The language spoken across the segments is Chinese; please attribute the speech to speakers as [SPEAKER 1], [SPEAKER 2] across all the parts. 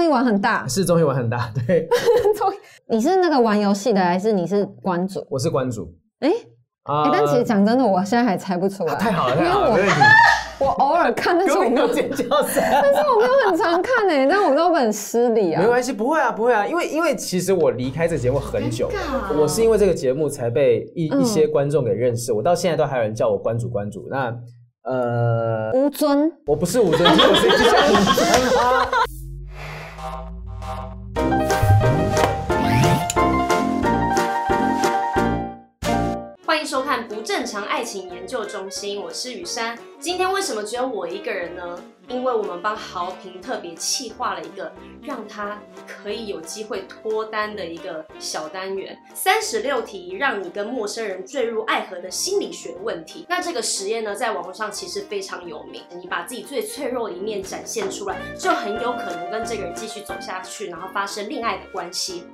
[SPEAKER 1] 心玩很大，
[SPEAKER 2] 是啊中心玩很大，对，
[SPEAKER 1] 中你是那个玩游戏的，还是你是关主？
[SPEAKER 2] 我是关主
[SPEAKER 1] 哎、
[SPEAKER 2] 啊
[SPEAKER 1] 哎、
[SPEAKER 3] 呃
[SPEAKER 1] 但其实讲真的，我现在还猜不出来。
[SPEAKER 2] 太好了，太好
[SPEAKER 1] 因为
[SPEAKER 2] 了，
[SPEAKER 1] 我
[SPEAKER 2] 没 问题。
[SPEAKER 1] 我偶尔看，但是
[SPEAKER 2] 根
[SPEAKER 1] 我
[SPEAKER 2] 本
[SPEAKER 1] 没
[SPEAKER 2] 没
[SPEAKER 1] 有啊
[SPEAKER 2] 有，尖叫声，
[SPEAKER 1] 但是我 没有很常看诶、但我都很失礼啊
[SPEAKER 2] 没。关系，不会啊，不会啊，因为因为其实我离开这个节目很久，我是因为这个节目才被一
[SPEAKER 1] 啊嗯
[SPEAKER 2] 一些观众给认识，我到现在都还有人叫我关主关主。那呃，
[SPEAKER 1] 吴尊，
[SPEAKER 2] 我不是吴尊，我是就像吴尊啊。
[SPEAKER 4] 欢迎收看不正常爱情研究中心，我是雨珊。今天为什么只有我一个人呢？因为我们帮豪平特别企划了一个让他可以有机会脱单的一个小单元，三十六题让你跟陌生人坠入爱河的心理学问题。那这个实验呢，在网络上其实非常有名，你把自己最脆弱的一面展现出来，就很有可能跟这个人继续走下去，然后发生恋爱的关系。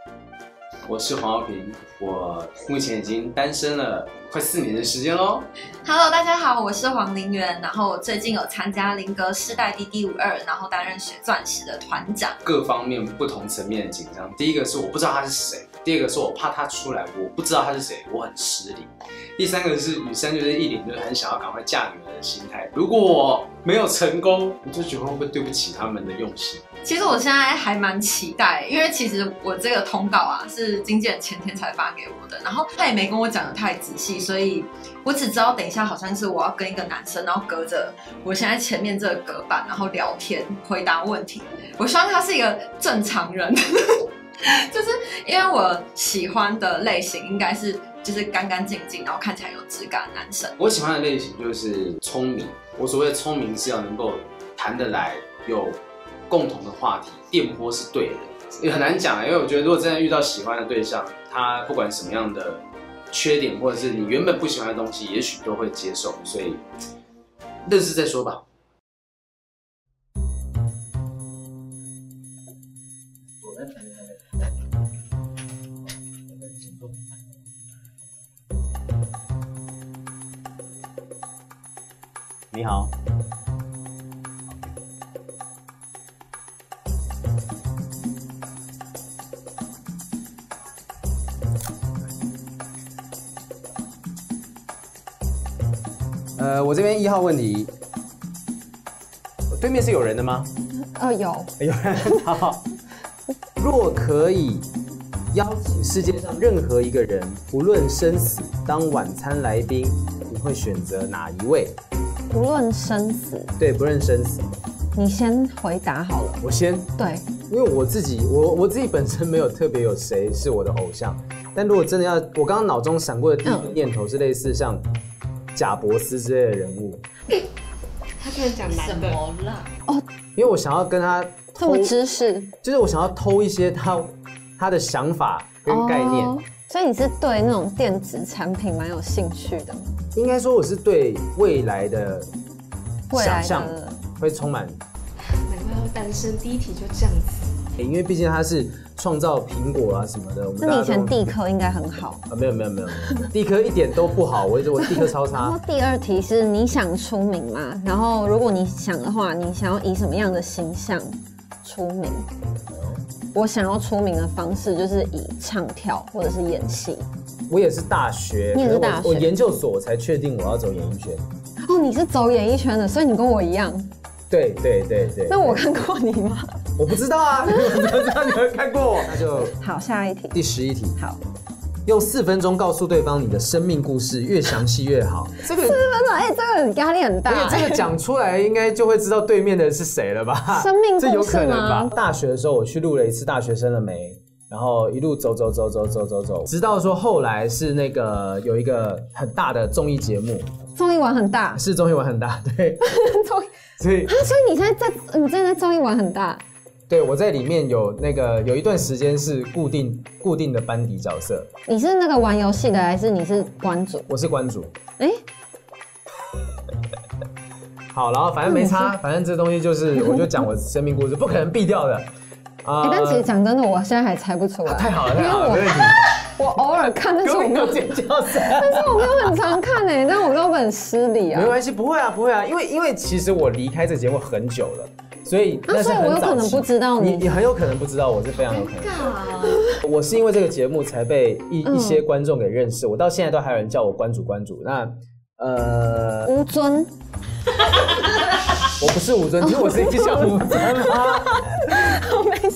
[SPEAKER 5] 我是黄耀平，我目前已经单身了快四年的时间喽。
[SPEAKER 6] Hello，大家好，我是黄林源，然后我最近有参加林格世代 D D 五二，然后担任血钻石的团长。
[SPEAKER 5] 各方面不同层面的紧张，第一个是我不知道他是谁，第二个是我怕他出来，我不知道他是谁，我很失礼。第三个是雨珊，就是一脸就是很想要赶快嫁女儿的心态，如果我没有成功，我就觉得会不会对不起他们的用心？
[SPEAKER 6] 其实我现在还蛮期待，因为其实我这个通告啊是经纪人前天才发给我的，然后他也没跟我讲的太仔细，所以我只知道等一下好像是我要跟一个男生，然后隔着我现在前面这个隔板，然后聊天回答问题。我希望他是一个正常人， 就是因为我喜欢的类型应该是就是干干净净，然后看起来有质感的男生。
[SPEAKER 5] 我喜欢的类型就是聪明。我所谓的聪明是要能够谈得来，有共同的话题，电波是对的，也很难讲啊。因为我觉得，如果真的遇到喜欢的对象，他不管什么样的缺点，或者是你原本不喜欢的东西，也许都会接受。所以认识再说吧。
[SPEAKER 3] 你好，呃，我这边一号问题，对面是有人的吗？
[SPEAKER 1] 呃，有
[SPEAKER 3] 有人。 好，若可以邀请世界上任何一个人，不论生死，当晚餐来宾，你会选择哪一位？
[SPEAKER 1] 不论生死，
[SPEAKER 3] 对，不论生死，
[SPEAKER 1] 你先回答好了。
[SPEAKER 3] 我先
[SPEAKER 1] 对，
[SPEAKER 3] 因为我自己，我我自己本身没有特别有谁是我的偶像，但如果真的要，我刚刚脑中闪过的第一
[SPEAKER 1] 嗯
[SPEAKER 3] 个念头是类似像贾伯斯之类的人物，
[SPEAKER 4] 他居然讲男的，
[SPEAKER 6] 啦？
[SPEAKER 3] 因为我想要跟他
[SPEAKER 1] 这么
[SPEAKER 3] 偷，
[SPEAKER 1] 知识
[SPEAKER 3] 就是我想要偷一些他他的想法跟概念。
[SPEAKER 1] 哦所以你是对那种电子产品蛮有兴趣的吗？
[SPEAKER 3] 应该说我是对未来的
[SPEAKER 1] 未来
[SPEAKER 3] 想象
[SPEAKER 1] 的
[SPEAKER 3] 会充满，
[SPEAKER 4] 难怪要单身，第一题就这样子。
[SPEAKER 3] 因为毕竟他是创造苹果啊什么的，我们
[SPEAKER 1] 那你以
[SPEAKER 3] 大家
[SPEAKER 1] 前
[SPEAKER 3] 都。
[SPEAKER 1] 地科应该很好。
[SPEAKER 3] 啊，没有没有没有，地科一点都不好，我我地科超
[SPEAKER 1] 然后
[SPEAKER 3] 差，
[SPEAKER 1] 第二题是你想出名吗？然后如果你想的话，你想要以什么样的形象出名？我想要出名的方式就是以唱跳或者是演戏。
[SPEAKER 3] 我也是大学，
[SPEAKER 1] 你也是
[SPEAKER 3] 可我
[SPEAKER 1] 大学
[SPEAKER 3] 我研究所才确定我要走演艺圈。
[SPEAKER 1] 哦，你是走演艺圈的，所以你跟我一样。
[SPEAKER 3] 对对对对，
[SPEAKER 1] 那我看过你吗？
[SPEAKER 3] 我不知道啊， 我怎么知道你们看过我？ 那就
[SPEAKER 1] 好，下一题。
[SPEAKER 3] 第十一题，
[SPEAKER 1] 好，
[SPEAKER 3] 用四分钟告诉对方你的生命故事，越详细越好。这个，
[SPEAKER 1] 真的，哎、这个压力很大、
[SPEAKER 3] 而且这
[SPEAKER 1] 哎
[SPEAKER 3] 个讲出来应该就会知道对面的是谁了吧？
[SPEAKER 1] 生命故事吗
[SPEAKER 3] 这有可能吧？大学的时候我去录了一次《大学生了没》。然后一路走走走走走走走，直到说后来是那个有一个很大的综艺节目，
[SPEAKER 1] 综艺玩很大，
[SPEAKER 3] 是综艺玩很大， 对，
[SPEAKER 1] 综艺
[SPEAKER 3] 所以
[SPEAKER 1] 啊，所以你现在在，你真的在综艺玩很大。
[SPEAKER 3] 对，我在里面有那个有一段时间是固定固定的班底角色，
[SPEAKER 1] 你是那个玩游戏的，还是你是关主？
[SPEAKER 3] 我是关主。
[SPEAKER 1] 哎、
[SPEAKER 3] 好，然后反正没
[SPEAKER 1] 嗯
[SPEAKER 3] 差，反正这东西就是我就讲我生命故事，不可能避掉的。啊
[SPEAKER 1] 哎、但其实讲真的，我现在还猜不出 来。
[SPEAKER 3] 太好了，
[SPEAKER 1] 因
[SPEAKER 3] 太
[SPEAKER 1] 为
[SPEAKER 3] 好了，
[SPEAKER 1] 我
[SPEAKER 3] 没问题。
[SPEAKER 1] 我偶尔看，但是
[SPEAKER 3] 根
[SPEAKER 1] 我
[SPEAKER 3] 本
[SPEAKER 1] 没
[SPEAKER 3] 没有
[SPEAKER 1] 有，
[SPEAKER 3] 尖叫声，
[SPEAKER 1] 但是我没有很常看哎、但我都很失礼啊
[SPEAKER 3] 没。关系，不会啊，不会啊，因为因为其实我离开这个节目很久了，
[SPEAKER 2] 所以那是
[SPEAKER 1] 所以
[SPEAKER 2] 很
[SPEAKER 1] 我有
[SPEAKER 2] 早
[SPEAKER 1] 可能
[SPEAKER 2] 期
[SPEAKER 1] 不知道
[SPEAKER 2] 你
[SPEAKER 1] 你
[SPEAKER 2] 你很有可能不知道，我是非常有可能。
[SPEAKER 7] 啊
[SPEAKER 4] 尬，
[SPEAKER 2] 我是因为这个节目才被一
[SPEAKER 1] 嗯
[SPEAKER 2] 一些观众给认识，我到现在都还有人叫我关主关主。那呃，
[SPEAKER 1] 吴尊，
[SPEAKER 2] 我不是吴尊，其实我是一直叫吴尊吗？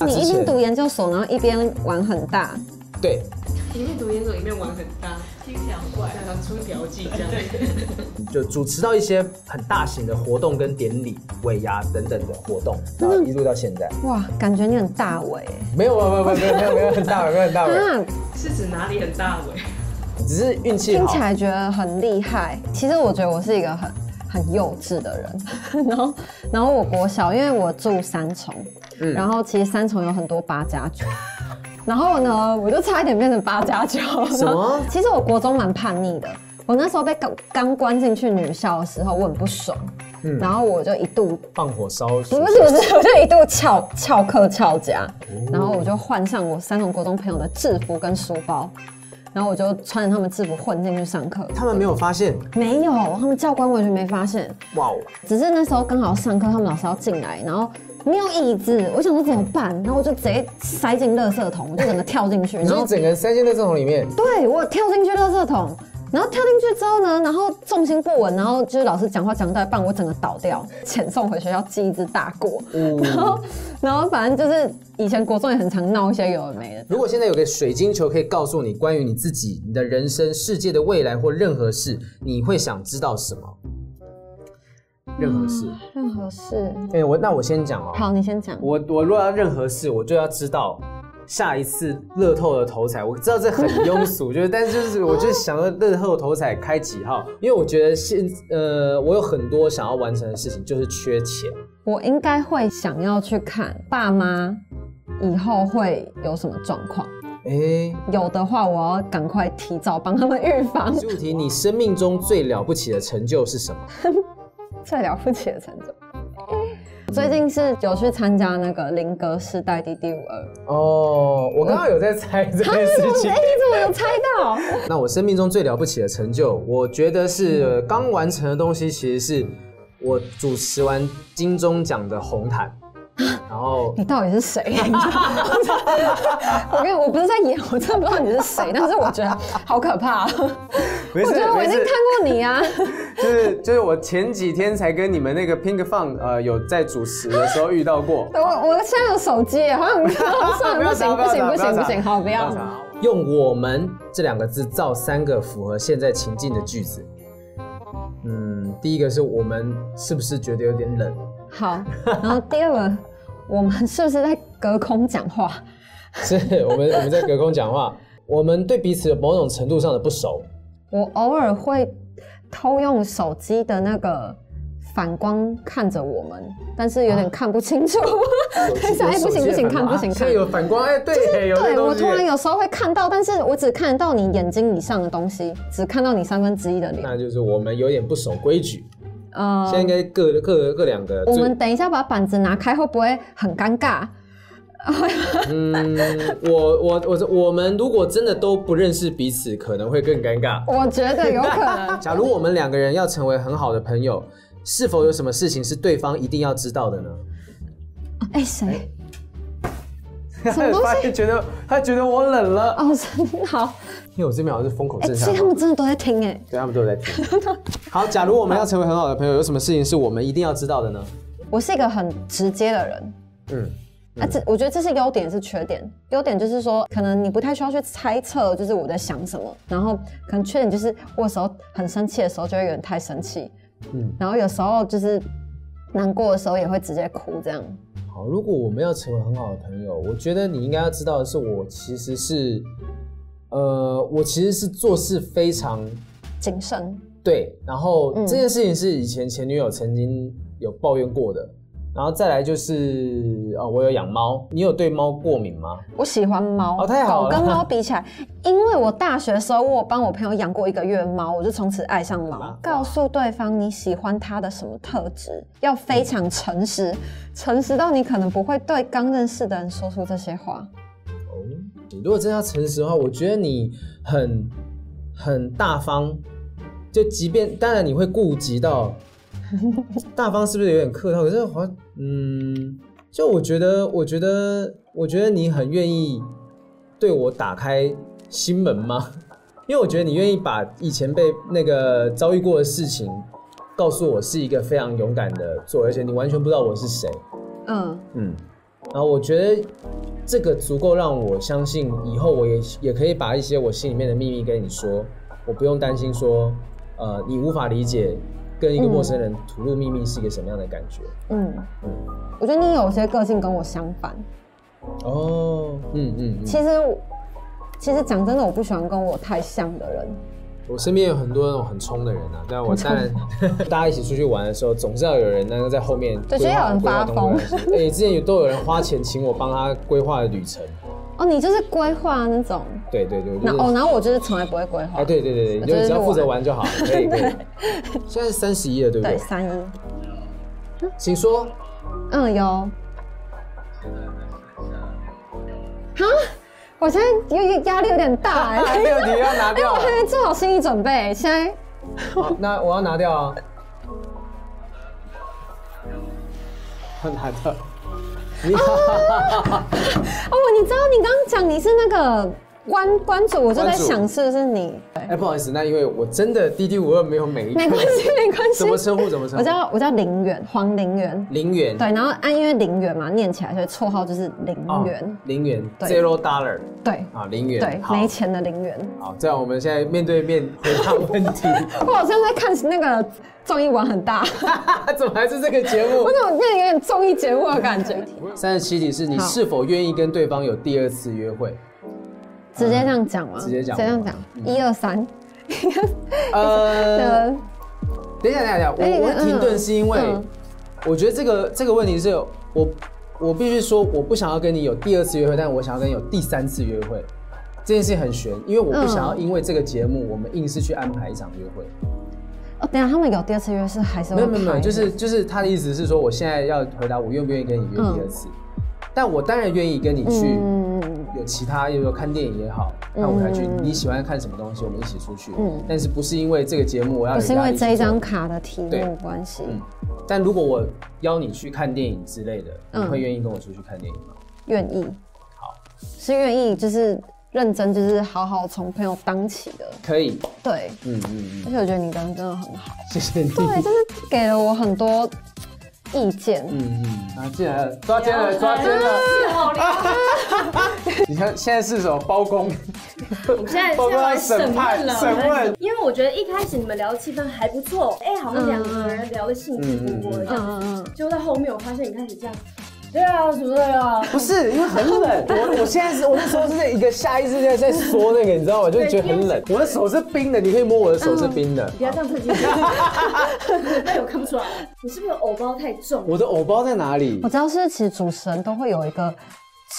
[SPEAKER 1] 你一
[SPEAKER 2] 之前
[SPEAKER 1] 边读研究所，然后一边玩很大，
[SPEAKER 2] 对，
[SPEAKER 7] 一面读研所，一面玩很大，
[SPEAKER 8] 听起来很怪。
[SPEAKER 7] 想出调剂这样。
[SPEAKER 2] 就主持到一些很大型的活动跟典礼、尾牙等等的活动，然后一路到现在。
[SPEAKER 1] 哇，感觉你很大伟
[SPEAKER 2] 没有，没有，没有，没有，没有，没有很大尾，没有很大尾，
[SPEAKER 1] 啊，
[SPEAKER 7] 是指哪里很大尾？
[SPEAKER 2] 只是运气
[SPEAKER 1] 听
[SPEAKER 2] 好
[SPEAKER 1] 起。来觉得很厉害。其实我觉得我是一个很很幼稚的人， 然后然后我国小，因为我住三重，
[SPEAKER 2] 嗯
[SPEAKER 1] 然后其实三重有很多八加九。 然后呢，我就差一点变成八加九。
[SPEAKER 2] 什么？
[SPEAKER 1] 其实我国中蛮叛逆的，我那时候被刚刚关进去女校的时候，我很不爽，
[SPEAKER 2] 嗯
[SPEAKER 1] 然后我就一度
[SPEAKER 2] 放火烧
[SPEAKER 1] 不是不是，我就一度翘翘课翘家，然后我就换上我三种国中朋友的制服跟书包，然后我就穿着他们制服混进去上课。
[SPEAKER 3] 他们没有发现，
[SPEAKER 1] 没有，他们教官完全没发现，
[SPEAKER 3] 哇哦，
[SPEAKER 1] 只是那时候刚好上课，他们老师要进来，然后没有椅子，我想说怎么办，然后我就直接塞进垃圾桶，我就整个跳进去，
[SPEAKER 2] 你
[SPEAKER 1] 然
[SPEAKER 2] 说
[SPEAKER 1] 后
[SPEAKER 2] 整个三星的正统里面，
[SPEAKER 1] 对我跳进去垃圾桶，然后跳进去之后呢，然后重心不稳，然后就是老师讲话讲到一半，我整个倒掉，遣送回学校记一只大过。 然后，然后反正就是以前国中也很常闹一些有的没的。
[SPEAKER 3] 如果现在有个水晶球可以告诉你关于你自己、你的人生、世界的未来或任何事，你会想知道什么？任何事。
[SPEAKER 1] 任何事，
[SPEAKER 3] 哎、我那我先讲哦。
[SPEAKER 1] 嗯好，你先讲。
[SPEAKER 3] 我我若要任何事，我就要知道下一次乐透的头彩。我知道这很庸俗，就是但是就是我就想要乐透头彩开几号，因为我觉得现呃我有很多想要完成的事情，就是缺钱。
[SPEAKER 1] 我应该会想要去看爸妈以后会有什么状况，
[SPEAKER 3] 哎、
[SPEAKER 1] 有的话我要赶快提早帮他们预防。
[SPEAKER 3] 主题，你生命中最了不起的成就是什么？
[SPEAKER 1] 最了不起的成就。最近是有去参加那个林格世代第第五二，
[SPEAKER 2] 哦，我刚刚有在猜这件事情
[SPEAKER 1] 哎、。你怎么有猜 到？
[SPEAKER 3] 那我生命中最了不起的成就，我觉得是呃刚完成的东西，其实是我主持完金钟奖的红毯，
[SPEAKER 1] 啊
[SPEAKER 3] 然后
[SPEAKER 1] 你到底是谁？ 我跟你，我不是在演，我真的不知道你是谁，但是我觉得好可怕。
[SPEAKER 3] 没
[SPEAKER 1] 我觉得我已经看过你啊，。
[SPEAKER 3] 就是就是我前几天才跟你们那个 Pink Fun 呃有在主持的时候遇到过
[SPEAKER 1] 我我现在有手机耶，好像算了，不行不行不行不行，好不要。
[SPEAKER 3] 用“我们”这两个字造三个符合现在情境的句子。嗯，第一个是我们是不是觉得有点冷？
[SPEAKER 1] 好，然后第二个，我们是不是在隔空讲话？
[SPEAKER 3] 是我们我们在隔空讲话，我们对彼此有某种程度上的不熟。
[SPEAKER 1] 我偶尔会偷用手机的那个反光看着我们，但是有点看不清楚。等一 下，哎，不行不行，看不行
[SPEAKER 2] 啊
[SPEAKER 1] 看
[SPEAKER 2] 现在。有反光，哎，对，有这
[SPEAKER 1] 对，
[SPEAKER 2] 东
[SPEAKER 1] 我
[SPEAKER 2] 西
[SPEAKER 1] 突然有时候会看到，但是我只看得到你眼睛以上的东西，只看到你三分之一的脸。
[SPEAKER 3] 那就是我们有点不守规矩。
[SPEAKER 1] 呃
[SPEAKER 3] 现在应该各各各两个最，
[SPEAKER 1] 我们等一下把板子拿开，会不会很尴尬？
[SPEAKER 3] 嗯，我我我我们如果真的都不认识彼此，可能会更尴尬。。
[SPEAKER 1] 我觉得有可能
[SPEAKER 3] 假如我们两个人要成为很好的朋友，是否有什么事情是对方一定要知道的呢？
[SPEAKER 1] 哎，谁？
[SPEAKER 2] 他
[SPEAKER 1] 什么东西
[SPEAKER 2] 发现觉得他觉得我冷了，
[SPEAKER 1] 哦，真 好。
[SPEAKER 3] 因为我这边好像是风口
[SPEAKER 1] 哎，
[SPEAKER 3] 正
[SPEAKER 1] 所
[SPEAKER 3] 上
[SPEAKER 1] 以他们真的都在听哎。
[SPEAKER 3] 对他们都有在听。好，假如我们要成为很好的朋友，有什么事情是我们一定要知道的呢？
[SPEAKER 1] 我是一个很直接的人，
[SPEAKER 3] 嗯
[SPEAKER 1] 嗯，啊，这我觉得这是优点，也是缺点。优点就是说，可能你不太需要去猜测，就是我在想什么。然后，可能缺点就是，我有时候很生气的时候，就会有点太生气，
[SPEAKER 3] 嗯
[SPEAKER 1] 嗯，然后有时候就是难过的时候，也会直接哭这样。
[SPEAKER 3] 好，如果我们要成为很好的朋友，我觉得你应该要知道的是，我其实是，呃，我其实是做事非常
[SPEAKER 1] 谨慎，
[SPEAKER 3] 对，然后
[SPEAKER 1] 嗯
[SPEAKER 3] 这件事情是以前前女友曾经有抱怨过的，然后再来就是哦，我有养猫，你有对猫过敏吗？
[SPEAKER 1] 我喜欢猫，
[SPEAKER 3] 哦太好
[SPEAKER 1] 狗
[SPEAKER 3] 了
[SPEAKER 1] 跟猫比起来，因为我大学的时候，我有帮我朋友养过一个月猫，我就从此爱上
[SPEAKER 3] 哇
[SPEAKER 1] 猫。告诉对方你喜欢它的什么特质，要非常诚实，诚实到你可能不会对刚认识的人说出这些话。
[SPEAKER 3] 如果真的要诚实的话，我觉得你很很大方，就即便当然你会顾及到大方是不是有点客套？可是好像，嗯，就我觉得，我觉得，我觉得你很愿意对我打开心门吗？ 因为我觉得你愿意把以前被那个遭遇过的事情告诉我，是一个非常勇敢的做，而且你完全不知道我是谁。
[SPEAKER 1] 嗯，
[SPEAKER 3] 嗯，然后我觉得这个足够让我相信，以后我也也可以把一些我心里面的秘密跟你说，我不用担心说，呃，你无法理解跟一个陌生人吐露秘密是一个什么样的感觉。
[SPEAKER 1] 嗯，我觉得你有些个性跟我相反。
[SPEAKER 3] 嗯哦，嗯嗯嗯，
[SPEAKER 1] 其实我，其实讲真的，我不喜欢跟我太像的人。
[SPEAKER 3] 我身边有很多那种很冲的人啊，但我当然大家一起出去玩的时候，总是要有人那个在后面
[SPEAKER 1] 对觉得有人发疯
[SPEAKER 3] 哎、之前有都有人花钱请我帮他规划旅程，
[SPEAKER 1] 哦，你就是规划那种，
[SPEAKER 3] 对对对，我
[SPEAKER 1] 那
[SPEAKER 3] 就是
[SPEAKER 1] 哦，然后我就是从来不会规划。
[SPEAKER 3] 啊，对对对对，你就
[SPEAKER 1] 就是
[SPEAKER 3] 只要负责
[SPEAKER 1] 玩
[SPEAKER 3] 玩就好，可以可 以。现在三十一了，对不
[SPEAKER 1] 对
[SPEAKER 3] 对？
[SPEAKER 1] 三一，
[SPEAKER 3] 请说，
[SPEAKER 1] 嗯，有。哈，我现在有点压力有点大 哎、
[SPEAKER 3] 还啊有你要拿
[SPEAKER 1] 因为
[SPEAKER 3] 掉啊
[SPEAKER 1] 我还没做好心理准备，现在
[SPEAKER 3] 好那我要拿掉啊， 要拿掉。 你
[SPEAKER 1] 哦，你知道你刚刚讲你是那个关关主，我就在
[SPEAKER 3] 关主
[SPEAKER 1] 想是不是你？
[SPEAKER 3] 哎，不好意思，那因为我真的滴滴五二没有每一个，
[SPEAKER 1] 没关系，没关系
[SPEAKER 3] 怎。么称呼怎么称
[SPEAKER 1] 我
[SPEAKER 3] 呼？
[SPEAKER 1] 叫我叫林远，黄林远。
[SPEAKER 3] 零元，
[SPEAKER 1] 对，然后按因为零元嘛，念起来所以绰号就是零
[SPEAKER 3] 哦，
[SPEAKER 1] 元。
[SPEAKER 3] 零元
[SPEAKER 1] 对
[SPEAKER 3] ，zero dollar
[SPEAKER 1] 对
[SPEAKER 3] 啊，零元，
[SPEAKER 1] 对，
[SPEAKER 3] 好
[SPEAKER 1] 没钱的零元。
[SPEAKER 3] 好，这样我们现在面对面回答问题，
[SPEAKER 1] 我好像在看那个综艺玩很大，
[SPEAKER 3] 怎么还是这个节目
[SPEAKER 1] 我？怎么变得有点综艺节目的感觉？
[SPEAKER 3] 三十七题是你
[SPEAKER 1] 好
[SPEAKER 3] 是否愿意跟对方有第二次约会？
[SPEAKER 1] 直接这样讲吗？
[SPEAKER 3] 直接讲
[SPEAKER 1] 这样讲，一二三。
[SPEAKER 3] 呃，
[SPEAKER 1] 呃，
[SPEAKER 3] 等一下，等一下，等
[SPEAKER 1] 哎
[SPEAKER 3] 一下，我我
[SPEAKER 1] 嗯
[SPEAKER 3] 停顿是因为
[SPEAKER 1] 嗯
[SPEAKER 3] 我觉得这个这个问题是我我必须说我不想要跟你有第二次约会，但我想要跟你有第三次约会。这件事情很悬，因为我不
[SPEAKER 1] 嗯
[SPEAKER 3] 想要因为这个节目，我们硬是去安排一场约会。
[SPEAKER 1] 哦，等一下他们有第二次约是还是
[SPEAKER 3] 没
[SPEAKER 1] 会
[SPEAKER 3] 有没有没
[SPEAKER 1] 拍
[SPEAKER 3] 有，
[SPEAKER 1] 的
[SPEAKER 3] 就是就是他的意思是说，我现在要回答我愿不愿意跟你约第二次，但我当然愿意跟你去
[SPEAKER 1] 嗯
[SPEAKER 3] 有其他，有有看电影也好，看舞台剧，你喜欢看什么东西，我们一起出去。
[SPEAKER 1] 嗯
[SPEAKER 3] 但是不是因为这个节目我要
[SPEAKER 1] 不
[SPEAKER 3] 留
[SPEAKER 1] 是因
[SPEAKER 3] 下
[SPEAKER 1] 为
[SPEAKER 3] 起
[SPEAKER 1] 这一张
[SPEAKER 3] 做
[SPEAKER 1] 卡的题目
[SPEAKER 3] 对
[SPEAKER 1] 关系，
[SPEAKER 3] 嗯但如果我邀你去看电影之类的，你
[SPEAKER 1] 嗯
[SPEAKER 3] 会愿意跟我出去看电影吗？
[SPEAKER 1] 愿意，好，是愿意，就是认真，就是好好从朋友当起的，
[SPEAKER 3] 可以，
[SPEAKER 1] 对，
[SPEAKER 3] 嗯嗯嗯，
[SPEAKER 1] 而且我觉得你人真的很好，
[SPEAKER 3] 谢谢你。
[SPEAKER 1] 对，就是给了我很多意见，
[SPEAKER 3] 嗯嗯，啊，进来了，抓奸了，抓奸了！
[SPEAKER 4] 好厉害！
[SPEAKER 3] 你看现在是什么包公？
[SPEAKER 8] 我们现在
[SPEAKER 3] 包公
[SPEAKER 8] 现在
[SPEAKER 3] 要
[SPEAKER 8] 来
[SPEAKER 3] 审
[SPEAKER 8] 审
[SPEAKER 3] 判
[SPEAKER 8] 判
[SPEAKER 3] 审
[SPEAKER 8] 了。
[SPEAKER 3] 问。
[SPEAKER 8] 因为我觉得一开始你们聊的气氛还不错，哎、好像两个人聊的兴致勃勃的
[SPEAKER 1] 嗯
[SPEAKER 8] 这样子。
[SPEAKER 1] 嗯嗯，
[SPEAKER 8] 就在后面，我发现你开始这样，对啊，什么对 啊，
[SPEAKER 3] 不是，因为很冷， 我我现在是，我那时候是在一个下意识在在缩那个，你知道吗？就觉得很冷，我的手是冰的，你可以摸我的手
[SPEAKER 1] 嗯
[SPEAKER 3] 是冰的。
[SPEAKER 8] 不要这样刺激我。哎，我看不出来，你是不是偶包太重？
[SPEAKER 3] 我的偶包在哪里
[SPEAKER 1] 我？知道是其实主持人都会有一个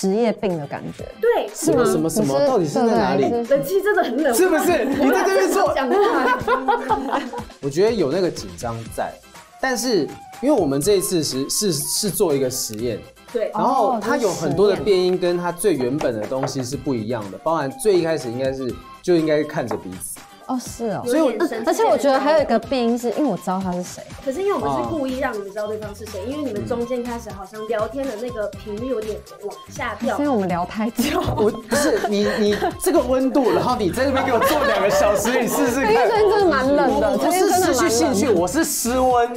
[SPEAKER 1] 职业病的感觉，
[SPEAKER 8] 对，
[SPEAKER 1] 是吗？
[SPEAKER 3] 什么什么
[SPEAKER 1] 你
[SPEAKER 3] 到底是在哪里
[SPEAKER 1] 对对是
[SPEAKER 8] 冷气真的很冷，
[SPEAKER 3] 是不是？你在这边
[SPEAKER 8] 我
[SPEAKER 3] 做
[SPEAKER 8] 不，想讲话。
[SPEAKER 3] 我觉得有那个紧张在，但是因为我们这一次是是是做一个实验，
[SPEAKER 8] 对，
[SPEAKER 3] 然后
[SPEAKER 1] 哦
[SPEAKER 3] 它
[SPEAKER 1] 这是
[SPEAKER 3] 有很多的
[SPEAKER 1] 实验
[SPEAKER 3] 变音跟它最原本的东西是不一样的，包含最一开始应该是就应该看着彼此，
[SPEAKER 1] 哦，是哦。
[SPEAKER 8] 所以我
[SPEAKER 1] 而且我觉得还有一个变因是因为我知道他是谁，
[SPEAKER 8] 可是因为我们是故意让你们知道对方是谁，因为你们中间开始好像聊天的那个频率有点往下掉
[SPEAKER 3] 啊
[SPEAKER 1] 是因为。我们聊太久，
[SPEAKER 3] 我不是你你这个温度，然后你在这边给我做两个小时，你试试
[SPEAKER 1] 因为
[SPEAKER 3] 看
[SPEAKER 1] 最。哎近真的蛮冷
[SPEAKER 3] 我
[SPEAKER 1] 的，
[SPEAKER 3] 不
[SPEAKER 1] 最近
[SPEAKER 3] 是
[SPEAKER 1] 真的
[SPEAKER 3] 失
[SPEAKER 1] 蛮冷
[SPEAKER 3] 去
[SPEAKER 1] 的
[SPEAKER 3] 兴趣，我是失温。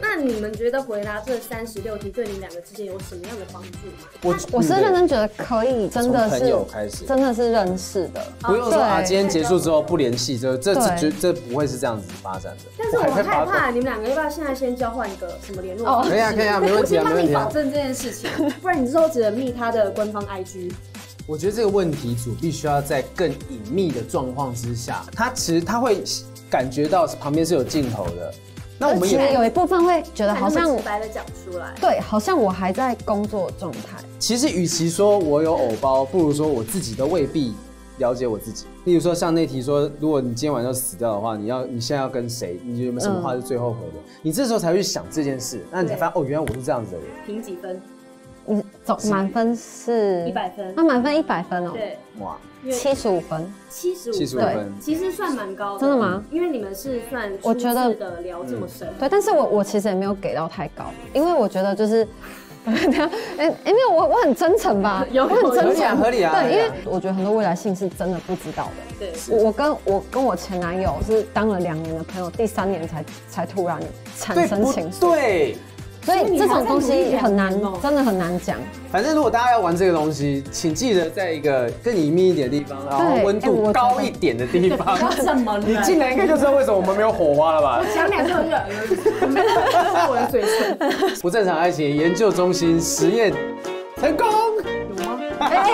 [SPEAKER 8] 那你们觉得回答这三十六题对你们两个之间有什么样的帮助吗？
[SPEAKER 3] 我嗯
[SPEAKER 1] 我是认真觉得可以，真的
[SPEAKER 3] 从朋
[SPEAKER 1] 是
[SPEAKER 3] 友开始
[SPEAKER 1] 真的是认识的。
[SPEAKER 8] 哦
[SPEAKER 3] 不用说
[SPEAKER 1] 对
[SPEAKER 3] 啊，今天结束之后不联系，这这这
[SPEAKER 1] 对
[SPEAKER 3] 绝这不会是这样子发展的。
[SPEAKER 8] 但是我
[SPEAKER 3] 还
[SPEAKER 8] 很
[SPEAKER 3] 在发
[SPEAKER 8] 害
[SPEAKER 3] 抖
[SPEAKER 8] 怕，你们两个要不要现在先交换一个什么联络方式？
[SPEAKER 3] 可以啊，可以啊， 没问
[SPEAKER 8] 我
[SPEAKER 3] 题
[SPEAKER 8] 先
[SPEAKER 3] 啊，没
[SPEAKER 8] 帮
[SPEAKER 3] 问
[SPEAKER 8] 你
[SPEAKER 3] 题啊
[SPEAKER 8] 保。证这件事情， 不然你之后只能密他的官方 IG。
[SPEAKER 3] 我觉得这个问题组必须要在更隐秘的状况之下，他其实他会感觉到旁边是有镜头的。那我
[SPEAKER 1] 而
[SPEAKER 3] 们
[SPEAKER 1] 且
[SPEAKER 3] 也
[SPEAKER 1] 有一部分会觉得好
[SPEAKER 8] 才那
[SPEAKER 1] 像
[SPEAKER 8] 么直白的讲出来，
[SPEAKER 1] 对，好像我还在工作状态。
[SPEAKER 3] 其实，与其说我有偶包，不如说我自己都未必了解我自己。例如说，像那题说，如果你今天晚上死掉的话，你要你现在要跟谁？你有没有什么话
[SPEAKER 8] 嗯
[SPEAKER 3] 是最后悔的？你这时候才会去想这件事，那你才发现哦，原来我是这样子的人。
[SPEAKER 8] 评几分？
[SPEAKER 1] 你总满分是
[SPEAKER 8] 一百分
[SPEAKER 1] 嗯那，满分一百分哦，
[SPEAKER 8] 对，
[SPEAKER 5] 哇，
[SPEAKER 8] 因为
[SPEAKER 1] 七十五分，
[SPEAKER 8] 七十
[SPEAKER 5] 75
[SPEAKER 8] 五
[SPEAKER 5] 分
[SPEAKER 8] 分，其实算蛮高的，
[SPEAKER 1] 真的吗？
[SPEAKER 8] 因为你们是算
[SPEAKER 1] 我觉得嗯
[SPEAKER 8] 初次的聊这么深，
[SPEAKER 1] 对，但是我我其实也没有给到太高，因为我觉得就是。 哎哎，没有，我我很真诚吧，
[SPEAKER 8] 有
[SPEAKER 1] 我很真
[SPEAKER 3] 合理啊
[SPEAKER 1] 诚，
[SPEAKER 3] 合理啊合
[SPEAKER 1] 对，
[SPEAKER 3] 理
[SPEAKER 1] 因
[SPEAKER 3] 啊
[SPEAKER 1] 为我觉得很多未来性是真的不知道的。
[SPEAKER 8] 对
[SPEAKER 1] 我我跟我跟我前男友是当了两年的朋友，第三年才才突然产
[SPEAKER 3] 对
[SPEAKER 1] 生
[SPEAKER 3] 不
[SPEAKER 1] 情愫，
[SPEAKER 3] 对？
[SPEAKER 1] 所以这种东西很难
[SPEAKER 8] 所以你还在努力两年哦，
[SPEAKER 1] 真的很难讲。
[SPEAKER 3] 反正如果大家要玩这个东西，请记得在一个更隐秘一点的地方，然后
[SPEAKER 1] 对
[SPEAKER 3] 温
[SPEAKER 1] 哎
[SPEAKER 3] 度
[SPEAKER 1] 我
[SPEAKER 3] 高一点的地 方。
[SPEAKER 7] 怎么了
[SPEAKER 3] 你进来应该就知道为什么我们没有火花了吧？
[SPEAKER 8] 讲两个月，
[SPEAKER 7] 我的嘴唇。
[SPEAKER 3] 不正常爱情研究中心实验成功。
[SPEAKER 1] 哎